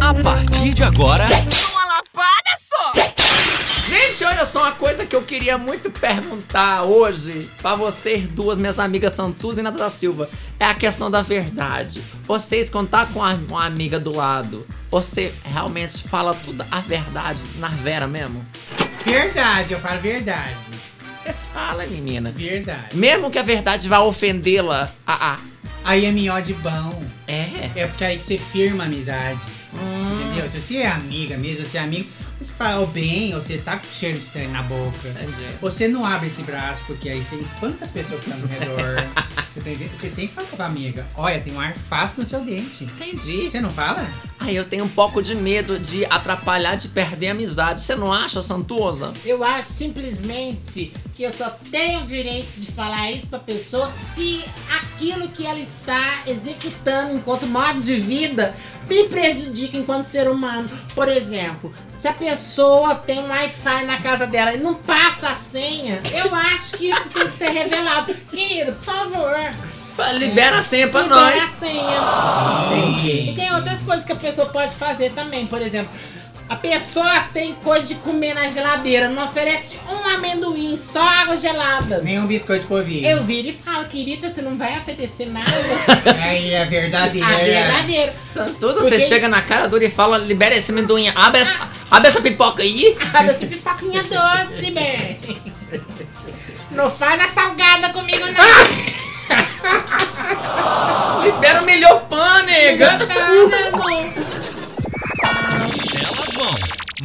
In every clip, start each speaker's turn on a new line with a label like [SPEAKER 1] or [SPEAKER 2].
[SPEAKER 1] A partir de agora,
[SPEAKER 2] Uma lapada só!
[SPEAKER 3] Gente, olha só uma coisa que eu queria muito perguntar hoje pra vocês duas, minhas amigas Santuza e Nata da Silva. É a questão da verdade. Vocês, quando tá com a- uma amiga do lado, você realmente fala tudo a verdade na vera mesmo?
[SPEAKER 4] Verdade, eu falo verdade.
[SPEAKER 3] Fala, menina.
[SPEAKER 4] Verdade.
[SPEAKER 3] Mesmo que a verdade vá ofendê-la, ah, ah,
[SPEAKER 4] Aí é melhor de bom.
[SPEAKER 3] é.
[SPEAKER 4] É porque aí que você firma a amizade.
[SPEAKER 5] Hum.
[SPEAKER 4] Entendeu? Se você é amiga mesmo, você é amigo, você fala "Ô, bem, ou você tá com cheiro estranho na boca.
[SPEAKER 3] Entendi.
[SPEAKER 4] Você não abre esse braço, porque aí você espanta as pessoas que estão ao redor. você, tem, você tem que falar com a amiga. Olha, tem um ar fácil no seu dente.
[SPEAKER 3] Entendi.
[SPEAKER 4] Você não fala?
[SPEAKER 3] Aí eu tenho um pouco de medo de atrapalhar, de perder a amizade. Você não acha, Santuza?
[SPEAKER 5] Eu acho simplesmente que eu só tenho o direito de falar isso pra pessoa se aquilo que ela está executando enquanto modo de vida me prejudica enquanto ser humano. Por exemplo, se a pessoa tem um Wi-Fi na casa dela e não passa a senha, eu acho que isso tem que ser revelado. Querido, por favor,
[SPEAKER 3] Fa- Libera a senha pra
[SPEAKER 5] libera a
[SPEAKER 3] nós.
[SPEAKER 5] senha. E
[SPEAKER 4] Entendi.
[SPEAKER 5] tem um outras coisas que a pessoa pode fazer também, por exemplo. A pessoa tem coisa de comer na geladeira, não oferece um amendoim, só água gelada.
[SPEAKER 4] Nem um biscoito por vir.
[SPEAKER 5] Eu viro e falo, querida, você não vai oferecer nada. Ah,
[SPEAKER 4] Aí é verdadeira.
[SPEAKER 5] a verdadeira.
[SPEAKER 3] Santuza,
[SPEAKER 5] Porque-
[SPEAKER 3] você chega na cara dura e fala: libera esse amendoim, abre essa, abre essa pipoca aí.
[SPEAKER 5] Sabe, assim, pipoquinha doce, bem. Não faz a salgada comigo, não.
[SPEAKER 3] Libera o melhor pão, nega.
[SPEAKER 5] Não, não, não.
[SPEAKER 1] elas vão,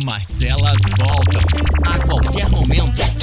[SPEAKER 1] mas elas voltam a qualquer momento.